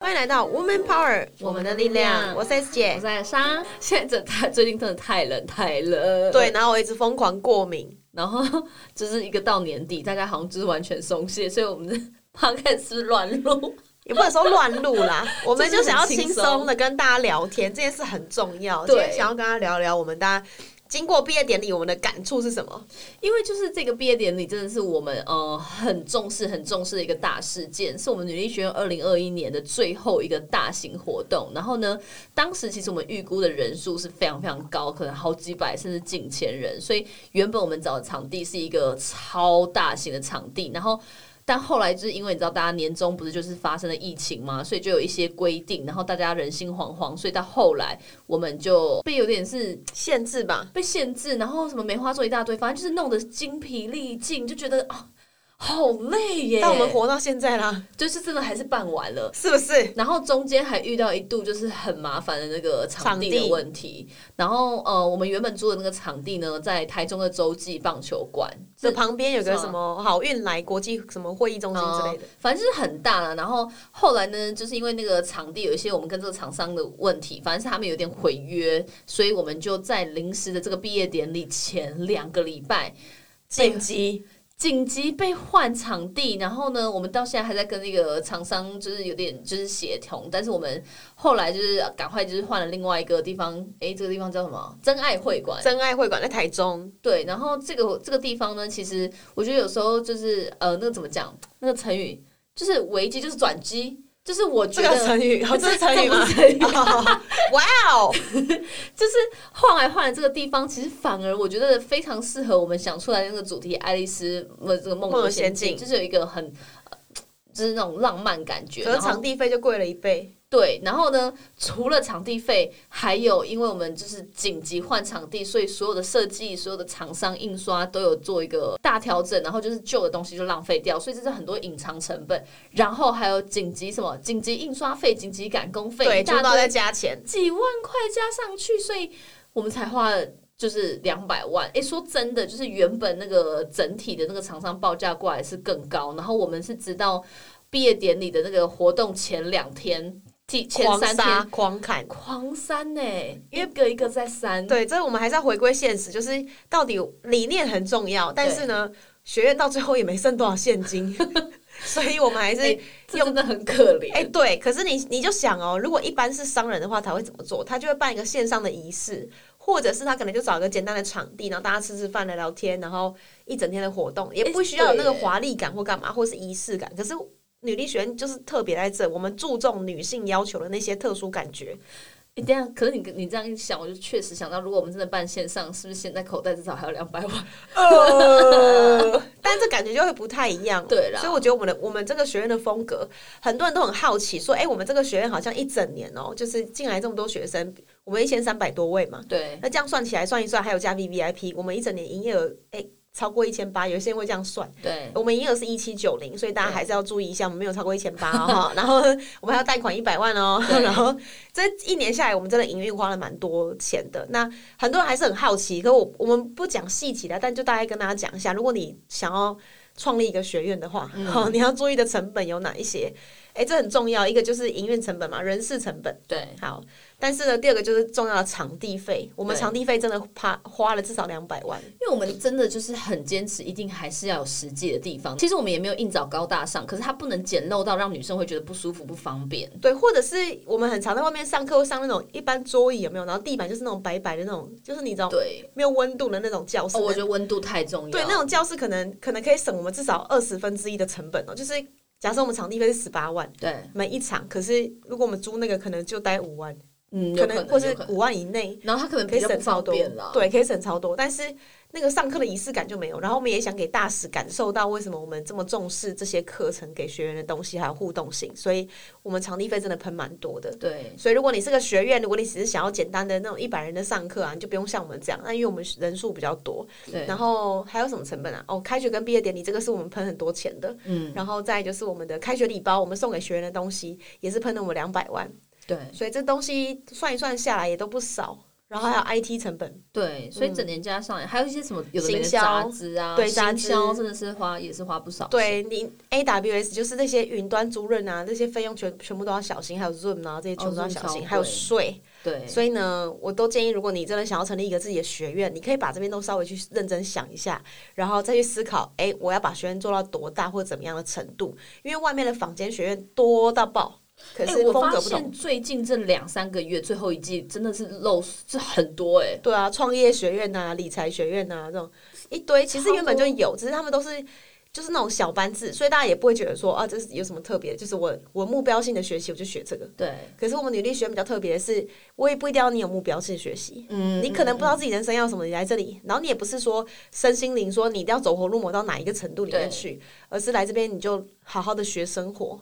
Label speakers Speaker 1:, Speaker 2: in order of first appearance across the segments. Speaker 1: 来到 Woman Power，我们的力量。我是 S
Speaker 2: 我
Speaker 1: 姐，
Speaker 2: 在沙，现在真的太最近真的太冷太冷，
Speaker 1: 对，，然后我一直疯狂过敏，
Speaker 2: 然后就是一个到年底，大家好像就是完全松懈，所以我们的 podcast 是乱录，
Speaker 1: 也不能说乱录 啦，我们就想要
Speaker 2: 就是很
Speaker 1: 轻
Speaker 2: 轻松
Speaker 1: 松的跟大家聊天，这件事很重要。今天
Speaker 2: 对
Speaker 1: 想要跟大家聊聊我们大家经过毕业典礼我们的感触是什么？
Speaker 2: 因为就是这个毕业典礼真的是我们呃很重视很重视的一个大事件，是我们女力学院二零二一年的最后一个大型活动。然后呢，当时其实我们预估的人数是非常非常高，可能好几百甚至近千人，所以原本我们找的场地是一个超大型的场地，然后。 但后来就是因为你知道，大家年终不是就是发生了疫情嘛，所以就有一些规定，然后大家人心惶惶，所以到后来我们就被有点是
Speaker 1: 限制吧。
Speaker 2: 被限制，然后什么梅花座一大堆，反正就是弄得精疲力尽，就觉得啊、好累耶。
Speaker 1: 但我们活到现在啦，
Speaker 2: 就是真的还是办完了。
Speaker 1: 是不是？
Speaker 2: 然后中间还遇到一度就是很麻烦的那个场地
Speaker 1: 场
Speaker 2: 的
Speaker 1: 地
Speaker 2: 问题，然后呃，我们原本租的那个场地呢，在台中的洲际棒球馆，
Speaker 1: 就旁边有个
Speaker 2: 是吗
Speaker 1: 什么好运来国际什么会议中心之类的，
Speaker 2: 哦反正就是很大了。然后后来呢，就是因为那个场地有一些我们跟这个厂商的问题，反正是他们有点毁约，所以我们就在临时的这个毕业典礼前两个礼拜
Speaker 1: 紧急
Speaker 2: 紧急被换场地，然后呢，我们到现在还在跟那个厂商就是有点就是协同，但是我们后来就是赶快就是换了另外一个地方，诶，这个地方叫什么？真爱会馆。
Speaker 1: 真爱会馆在台中，
Speaker 2: 对，然后这个这个地方呢，其实我觉得有时候就是呃，那个怎么讲？那个成语就是危机就是转机，就是我
Speaker 1: 这
Speaker 2: 觉得
Speaker 1: 个成 语，哦，这是成语吗？
Speaker 2: 这不是成语
Speaker 1: 哦 哇哦，
Speaker 2: 就是换来换来这个地方，其实反而我觉得非常适合我们想出来的那个主题《爱丽丝呃这个梦
Speaker 1: 梦游
Speaker 2: 游
Speaker 1: 仙
Speaker 2: 仙
Speaker 1: 境
Speaker 2: 境》，就是有一个很。呃就是那种浪漫感觉，
Speaker 1: 可是
Speaker 2: 然后
Speaker 1: 场地费就贵了一倍，
Speaker 2: 对，然后呢，除了场地费，还有因为我们就是紧急换场地，所以所有的设计、所有的厂商印刷都有做一个大调整，然后就是旧的东西就浪费掉，所以这是很多隐藏成本。然后还有紧急什么紧急印刷费、紧急赶工费，
Speaker 1: 对，
Speaker 2: 一
Speaker 1: 出
Speaker 2: 大
Speaker 1: 道再
Speaker 2: 堆
Speaker 1: 加钱，
Speaker 2: 几万块加上去，所以我们才花了。就是两百万，诶，说真的，就是原本那个整体的那个厂商报价过来是更高，然后我们是直到毕业典礼的那个活动前两天、第前
Speaker 1: 狂
Speaker 2: 三
Speaker 1: 杀
Speaker 2: 天
Speaker 1: 狂砍。
Speaker 2: 狂删呢、一个一个在删，
Speaker 1: 对，这我们还是要回归现实，就是到底理念很重要，但是呢，学院到最后也没剩多少现金， 所以我们还是
Speaker 2: 哎这真的很可怜。
Speaker 1: 哎、对，可是你你就想哦，如果一般是商人的话，他会怎么做？他就会办一个线上的仪式，或者是他可能就找一个简单的场地，然后大家吃吃饭、聊聊天，然后一整天的活动，也
Speaker 2: 哎
Speaker 1: 不需要有那个
Speaker 2: 对耶
Speaker 1: 华丽感或干嘛，或是仪式感。可是女力学院就是特别在这，我们注重女性要求的那些特殊感觉。
Speaker 2: 哎等一下，可是你你这样一想，我就确实想到，如果我们真的办线上，是不是现在口袋至少还有两百万？
Speaker 1: 呃，但这感觉就会不太一样。
Speaker 2: 对啦
Speaker 1: 所以我觉得我们的我们这个学院的风格，很多人都很好奇，说，哎、我们这个学院好像一整年哦、就是进来这么多学生，我们一千三百多位嘛，
Speaker 2: 对，
Speaker 1: 那这样算起来算一算，还有加 V V I P，我们一整年营业额，哎、超过一千八，有些人会这样算。
Speaker 2: 对，
Speaker 1: 我们营业额是一七九零，所以大家还是要注意一下，我们没有超过一千八哈。 然后我们还要贷款一百万哦。
Speaker 2: 对
Speaker 1: 然后这一年下来，我们真的营运花了蛮多钱的。那很多人还是很好奇，可我我们不讲细节的，但就大概跟大家讲一下，如果你想要创立一个学院的话，
Speaker 2: 嗯
Speaker 1: 哦，你要注意的成本有哪一些？哎，这很重要。一个就是营运成本嘛，人事成本。
Speaker 2: 对，
Speaker 1: 好，但是呢，第二个就是重要的场地费，我们
Speaker 2: 对
Speaker 1: 场地费真的花花了至少两百万。
Speaker 2: 因为我们真的就是很坚持，一定还是要有实际的地方。其实我们也没有硬找高大上，可是它不能简陋到让女生会觉得不舒服、不方便。
Speaker 1: 对，或者是我们很常在外面上课，会上那种一般桌椅有没有？然后地板就是那种白白的那种，就是你知道
Speaker 2: 对，
Speaker 1: 没有温度的那种教室。
Speaker 2: 哦，我觉得温度太重要。
Speaker 1: 对，那种教室可能可能可以省我们至少二十分之一的成本哦。就是假设我们场地费是十八万，
Speaker 2: 对，
Speaker 1: 每一场，可是如果我们租那个可能就待五万，
Speaker 2: 嗯，有可能，
Speaker 1: 或
Speaker 2: 有
Speaker 1: 是
Speaker 2: 可能
Speaker 1: 五万以内，
Speaker 2: 然后它可能
Speaker 1: 可以
Speaker 2: 比较
Speaker 1: 省
Speaker 2: 不
Speaker 1: 超
Speaker 2: 方
Speaker 1: 多
Speaker 2: 便啦。，
Speaker 1: 对，可以省超多。但是那个上课的仪式感就没有。然后我们也想给大使感受到为什么我们这么重视这些课程给学员的东西还有互动性，所以我们场地费真的喷蛮多的。
Speaker 2: 对，
Speaker 1: 所以如果你是个学院，如果你只是想要简单的那种一百人的上课啊，你就不用像我们这样。那因为我们人数比较多，
Speaker 2: 对，
Speaker 1: 然后还有什么成本啊？哦，开学跟毕业典礼这个是我们喷很多钱的。
Speaker 2: 嗯，
Speaker 1: 然后再就是我们的开学礼包，我们送给学员的东西也是喷了我们两百万，
Speaker 2: 对。
Speaker 1: 所以这东西算一算下来也都不少。然后 还有 IT 成本，
Speaker 2: 对，所以整年加上来，还有一些什么有的没的
Speaker 1: 嗯行销
Speaker 2: 杂志啊，
Speaker 1: 对杂
Speaker 2: 行
Speaker 1: 志
Speaker 2: 销真的是花也是花不少钱。
Speaker 1: 对你 AWS 就是这些云端租赁啊，这些费用全全部都要小心，还有 Zoom 啊这些全部都要小
Speaker 2: 哦，Zoom 超
Speaker 1: 心，
Speaker 2: 贵
Speaker 1: 还有税。
Speaker 2: 对，
Speaker 1: 所以呢，我都建议，如果你真的想要成立一个自己的学院，你可以把这边都稍微去认真想一下，然后再去思考，哎，我要把学院做到多大或者怎么样的程度？因为外面的坊间学院多到爆，可
Speaker 2: 哎、
Speaker 1: 是
Speaker 2: 我
Speaker 1: 风
Speaker 2: 发
Speaker 1: 格不同。
Speaker 2: 现最近这两三个月最后一季真的是漏这很多哎、
Speaker 1: 对啊，创业学院呐、理财学院呐、这种一堆，其实原本就有，只是他们都是就是那种小班制，所以大家也不会觉得说啊，这是有什么特别的，就是我我目标性的学习我就学这个。
Speaker 2: 对，
Speaker 1: 可是我们女力学院比较特别的是，我也不一定要你有目标性学习，
Speaker 2: 嗯
Speaker 1: 你可能不知道自己人生要什么，你来这里，然后你也不是说身心灵说你一定要走火入魔到哪一个程度里面
Speaker 2: 对
Speaker 1: 去，而是来这边你就好好的学生活，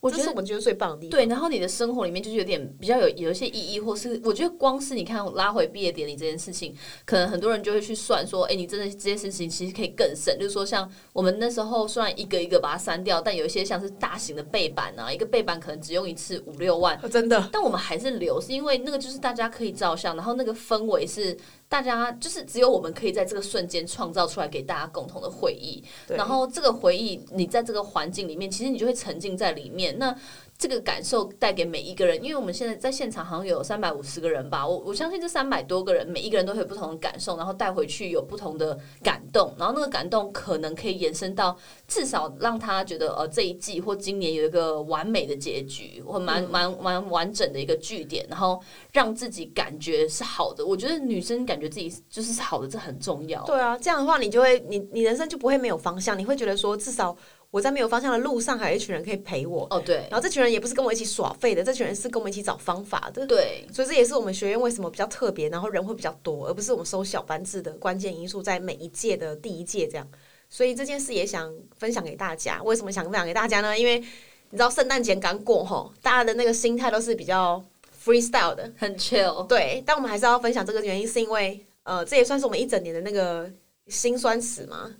Speaker 2: 我
Speaker 1: 这
Speaker 2: 觉
Speaker 1: 是
Speaker 2: 得
Speaker 1: 我们觉得最棒的地方。
Speaker 2: 对，然后你的生活里面就是有点比较有有一些意义，或是我觉得光是你看拉回毕业典礼这件事情，可能很多人就会去算说，哎、你真的这件事情其实可以更省，就是说像我们那时候虽然一个一个把它删掉，但有一些像是大型的背板啊，一个背板可能只用一次五六万。
Speaker 1: 哦真的，
Speaker 2: 但我们还是留，是因为那个就是大家可以照相，然后那个氛围是大家就是只有我们可以在这个瞬间创造出来给大家共同的回忆。
Speaker 1: 对
Speaker 2: 然后这个回忆，你在这个环境里面，其实你就会沉浸在里面。那这个感受带给每一个人，因为我们现在在现场好像有三百五十个人吧，我我相信这三百多个人，每一个人都会有不同的感受，然后带回去有不同的感动，然后那个感动可能可以延伸到至少让他觉得呃这一季或今年有一个完美的结局，或蛮
Speaker 1: 嗯
Speaker 2: 蛮蛮完整的一个据点，然后让自己感觉是好的。我觉得女生感觉自己就是是好的，这很重要。
Speaker 1: 对啊，这样的话你就会你你人生就不会没有方向，你会觉得说至少我在没有方向的路上还有一群人可以陪我，
Speaker 2: 哦，对
Speaker 1: 然后这群人也不是跟我一起耍废的，这群人是跟我们一起找方法的。
Speaker 2: 对，
Speaker 1: 所以这也是我们学院为什么比较特别，然后人会比较多，而不是我们收小班制的关键因素，在每一届的第一届这样。所以这件事也想分享给大家。为什么想分享给大家呢？因为你知道圣诞节刚过吼，大家的那个心态都是比较 freestyle 的，
Speaker 2: 很 chill。
Speaker 1: 对。但我们还是要分享这个原因，是因为呃，这也算是我们一整年的那个辛酸史嘛。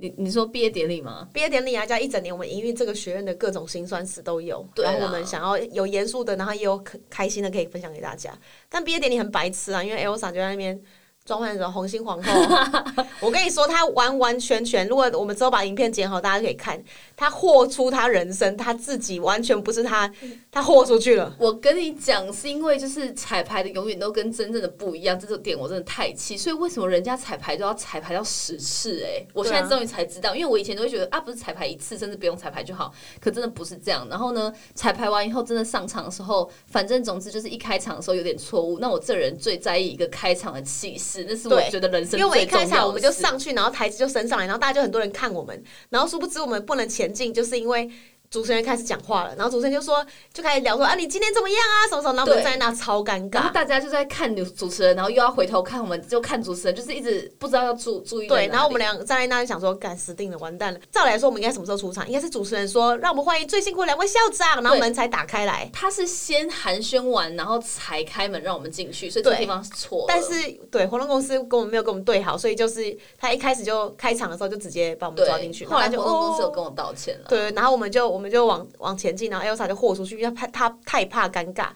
Speaker 2: 你你说毕业典礼吗？
Speaker 1: 毕业典礼啊，加一整年，我们营运这个学院的各种辛酸史都有。
Speaker 2: 对啦
Speaker 1: 然后我们想要有严肃的，然后也有可开心的可以分享给大家。但毕业典礼很白痴啊，因为 Elsa 就在那边装扮成红心皇后。 我跟你说，她完完全全，如果我们之后把影片剪好，大家可以看，她豁出她人生，她自己完全不是她，她豁出去了。
Speaker 2: 我跟你讲，是因为就是彩排的永远都跟真正的不一样，这种点我真的太气。所以为什么人家彩排都要彩排到十次、欸？我现在
Speaker 1: 啊
Speaker 2: 终于才知道，因为我以前都会觉得啊，不是彩排一次，甚至不用彩排就好。可真的不是这样。然后呢，彩排完以后，真的上场的时候，反正总之就是一开场的时候有点错误。那我这人最在意一个开场的气势，那是我
Speaker 1: 对
Speaker 2: 觉得人生
Speaker 1: 因为我们一
Speaker 2: 最重
Speaker 1: 开
Speaker 2: 要
Speaker 1: 场我
Speaker 2: 的
Speaker 1: 们就
Speaker 2: 事
Speaker 1: 上去，然后台子就升上来，然后大家就很多人看我们，然后殊不知我们不能前进，就是因为主持人开始讲话了，然后主持人就说就开始聊说啊你今天怎么样啊什么什么，然后我们就
Speaker 2: 对
Speaker 1: 在那超尴
Speaker 2: 然后
Speaker 1: 尬。
Speaker 2: 大家就在看主持人，然后又要回头看我们，就看主持人，就是一直不知道要注注意在哪里。
Speaker 1: 对，然后我们俩站在那里想说，干死定了，完蛋了。照理来说，我们应该什么时候出场？应该是主持人说，让我们欢迎最辛苦的两位校长，然后
Speaker 2: 对
Speaker 1: 门才打开来。
Speaker 2: 他是先寒暄完，然后才开门让我们进去，所以这个
Speaker 1: 对
Speaker 2: 地方是错了。
Speaker 1: 但是，对活动公司跟我们没有跟我们对好，所以就是他一开始就开场的时候就直接把我们
Speaker 2: 对，
Speaker 1: 抓进去，
Speaker 2: 后来
Speaker 1: 然
Speaker 2: 活
Speaker 1: 后
Speaker 2: 动
Speaker 1: 就
Speaker 2: 公
Speaker 1: 哦
Speaker 2: 司有跟我道歉了。
Speaker 1: 对，然后我们就我们就往往前进，然后 Elsa 就豁出去，因为怕她太怕尴尬，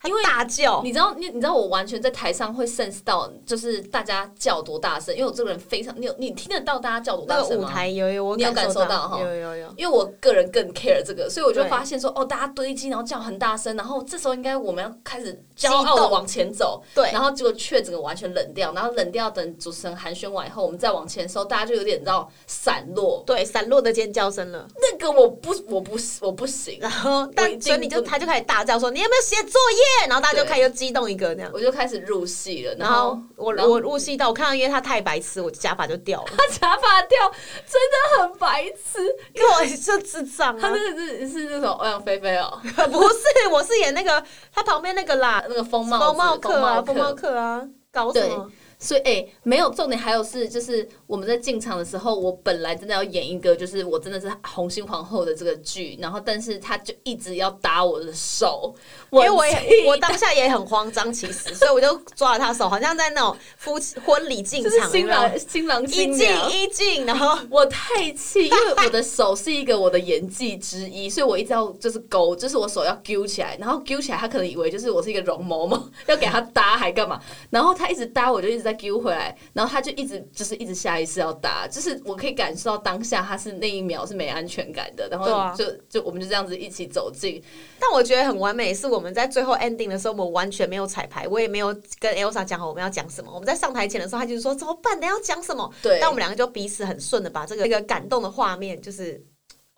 Speaker 1: 她大叫，
Speaker 2: 你知道，你你知道我完全在台上会 sense 到，就是大家叫多大声，因为我这个人非常，你有你听得到大家叫多
Speaker 1: 那
Speaker 2: 大
Speaker 1: 个
Speaker 2: 声
Speaker 1: 舞
Speaker 2: 吗？
Speaker 1: 台有有我
Speaker 2: 你有感
Speaker 1: 受
Speaker 2: 受到哈
Speaker 1: 有有有，
Speaker 2: 因为我个人更 care 这个，所以我就
Speaker 1: 对
Speaker 2: 发现说，哦，大家堆积，然后叫很大声，然后这时候应该我们要开始
Speaker 1: 激
Speaker 2: 骄
Speaker 1: 动
Speaker 2: 傲的往前走，
Speaker 1: 对
Speaker 2: 然后结果却整个完全冷掉，然后冷掉，等主持人寒暄完以后，我们再往前的时候，大家就有点到散落，
Speaker 1: 对，散落的尖叫声了，
Speaker 2: 那个我不，我不，我不行。
Speaker 1: 然后
Speaker 2: 我已
Speaker 1: 但
Speaker 2: 经
Speaker 1: 所以你就
Speaker 2: 不
Speaker 1: 她就开始大叫说你有没有写作业，然后大家就
Speaker 2: 对
Speaker 1: 开始又激动一个那样。
Speaker 2: 我就开始入戏了，
Speaker 1: 然
Speaker 2: 然
Speaker 1: 后
Speaker 2: 后
Speaker 1: 我
Speaker 2: 然后
Speaker 1: 我入戏到，我看到因为她太白痴，我假发就掉了，
Speaker 2: 他假发掉真的很白痴，
Speaker 1: 因为我是智障
Speaker 2: 他
Speaker 1: 啊！
Speaker 2: 那个是是那种欧阳菲菲哦，
Speaker 1: 不是，我是演那个她旁边那个啦，
Speaker 2: 那个风帽
Speaker 1: 风
Speaker 2: 帽
Speaker 1: 帽课啊，风帽
Speaker 2: 帽客，
Speaker 1: 课啊，搞什么？
Speaker 2: 所以哎、没有重点，还有是就是我们在进场的时候，我本来真的要演一个就是我真的是红心皇后的这个剧，然后但是他就一直要搭我的手，
Speaker 1: 因
Speaker 2: 我
Speaker 1: 为我
Speaker 2: 很气
Speaker 1: 也我当下也很慌张，其实，所以我就抓了他手，好像在那种夫妻婚礼进
Speaker 2: 就是
Speaker 1: 场，
Speaker 2: 新
Speaker 1: 有没有
Speaker 2: 郎新郎
Speaker 1: 一
Speaker 2: 新娘
Speaker 1: 进。一进，然后
Speaker 2: 我太气，因为我的手是一个我的演技之一，所以我一直要就是勾，就是我手要揪起来，然后揪起来，他可能以为就是我是一个容嬷嬷，要给他搭还干嘛？然后他一直搭，我就一直在揪回来，然后他就一直就是一直下意识要搭，就是我可以感受到当下他是那一秒是没安全感的，然后
Speaker 1: 对啊
Speaker 2: 就、就我们就这样子一起走进，
Speaker 1: 但我觉得很完美，是我们在最后 ending 的时候，我们完全没有彩排，我也没有跟 Elsa 讲好我们要讲什么。我们在上台前的时候，他就是说怎么办？等一下要讲什么？
Speaker 2: 对，
Speaker 1: 但我们两个就彼此很顺的把这个这个感动的画面，就是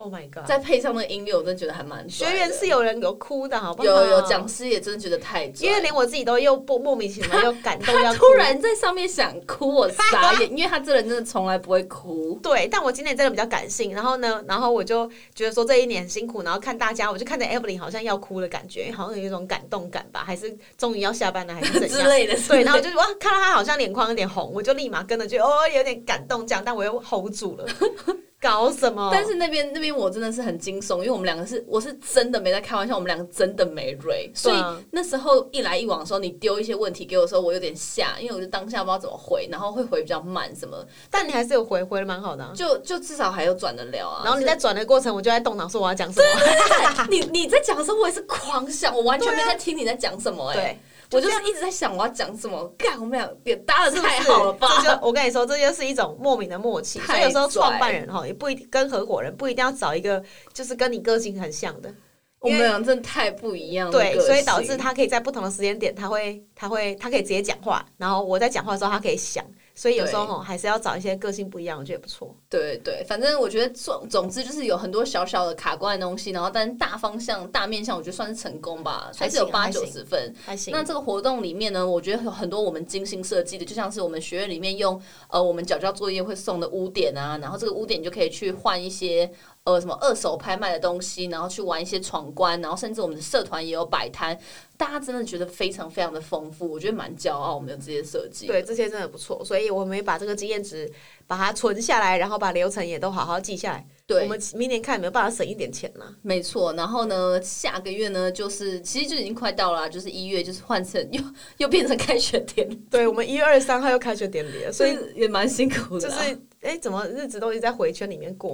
Speaker 1: Oh my God！
Speaker 2: 再配上那个音乐，我真的觉得还蛮帅
Speaker 1: 学
Speaker 2: 的
Speaker 1: 员是有人有哭的，好不好？
Speaker 2: 有啊有，讲师也真的觉得太拽
Speaker 1: 因为连我自己都又不莫名其妙又感 动要
Speaker 2: 他
Speaker 1: 哭
Speaker 2: 突然在上面想哭，我傻 眼，因为他这人真的从来不会哭。
Speaker 1: 对，但我今年真的比较感性，然后呢，然后我就觉得说这一年很辛苦，然后看大家，我就看着 Evelyn 好像要哭的感觉，好像有一种感动感吧，还是终于要下班了，还是怎
Speaker 2: 之
Speaker 1: 样？
Speaker 2: 类的，
Speaker 1: 对，然后就是哇，看到他好像脸眶有点红，我就立马跟着去，哦，有点感动这样，但我又 hold 住 了，搞什么？
Speaker 2: 哦但是那边那边我真的是很惊悚，因为我们两个是我是真的没在开玩笑，我们两个真的没蕊，所
Speaker 1: 对
Speaker 2: 以
Speaker 1: 啊
Speaker 2: 那时候一来一往的时候，你丢一些问题给我的时候，我有点吓，因为我就当下不知道怎么回，然后会回比较慢什么，
Speaker 1: 但你还是有回回的蛮好的、啊。
Speaker 2: 就就至少还有转得了啊。
Speaker 1: 然后你在转的过程，我就在动脑说我要讲什么。
Speaker 2: 你你在讲的时候，我也是狂想，我完全
Speaker 1: 啊
Speaker 2: 没在听你在讲什么、哎、
Speaker 1: 对，
Speaker 2: 我就是一直在想我要讲什么，干，我们俩也搭的
Speaker 1: 是不
Speaker 2: 太
Speaker 1: 是
Speaker 2: 好了吧？
Speaker 1: 这就我跟你说，这就是一种莫名的默契。所以有时候
Speaker 2: 太拽
Speaker 1: 创办人哈，也不一定跟合伙人不一定要找一个就是跟你个性很像的，
Speaker 2: 我们俩真的太不一样了，
Speaker 1: 对，
Speaker 2: 个
Speaker 1: 所以导
Speaker 2: 性
Speaker 1: 致他可以在不同的时间点，他会他会他可以直接讲话，然后我在讲话的时候，他可以想。所以有时候吼还是要找一些个性不一样，我觉得也不错。
Speaker 2: 对对，反正我觉得总总之就是有很多小小的卡关的东西，然后但大方向大面向，我觉得算是成功吧，还是有
Speaker 1: 行啊
Speaker 2: 八
Speaker 1: 还
Speaker 2: 九
Speaker 1: 行
Speaker 2: 十分。
Speaker 1: 还行，
Speaker 2: 那这个活动里面呢，我觉得有很多我们精心设计的，就像是我们学院里面用呃我们缴交作业会送的污点啊，然后这个污点你就可以去换一些呃什么二手拍卖的东西，然后去玩一些闯关，然后甚至我们的社团也有摆摊，大家真的觉得非常非常的丰富，我觉得蛮骄傲我们有这些设计。
Speaker 1: 对这些真的不错，所以我们也把这个经验值把它存下来，然后把流程也都好好记下来。
Speaker 2: 对
Speaker 1: 我们明年看有没有办法省一点钱呢、
Speaker 2: 没错，然后呢，下个月呢，就是其实就已经快到了啊，就是一月，就是换成又 又变成开学典礼，
Speaker 1: 对，我们一月二十三号又开学典礼了，所以
Speaker 2: 就是也蛮辛苦的
Speaker 1: 就
Speaker 2: 啊、
Speaker 1: 是哎、怎么日子都一直在回圈里面过？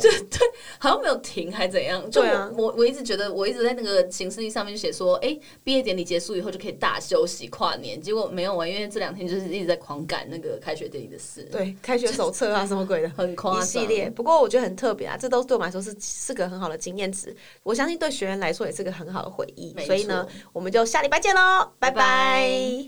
Speaker 2: 好像没有停还怎样。就我、
Speaker 1: 对啊
Speaker 2: 我我一直觉得，我一直在那个行事历上面就写说，哎、毕业典礼结束以后就可以大休息跨年，结果没有啊，因为这两天就是一直在狂赶那个开学典礼的事，
Speaker 1: 对，开学手册啊，什么鬼的。
Speaker 2: 很夸
Speaker 1: 一系
Speaker 2: 张。
Speaker 1: 列，不过我觉得很特别啊，这都对我们来说是是个很好的经验值，我相信对学员来说也是个很好的回忆
Speaker 2: 没。错
Speaker 1: 所以呢，我们就下礼拜见喽，拜
Speaker 2: 拜
Speaker 1: 拜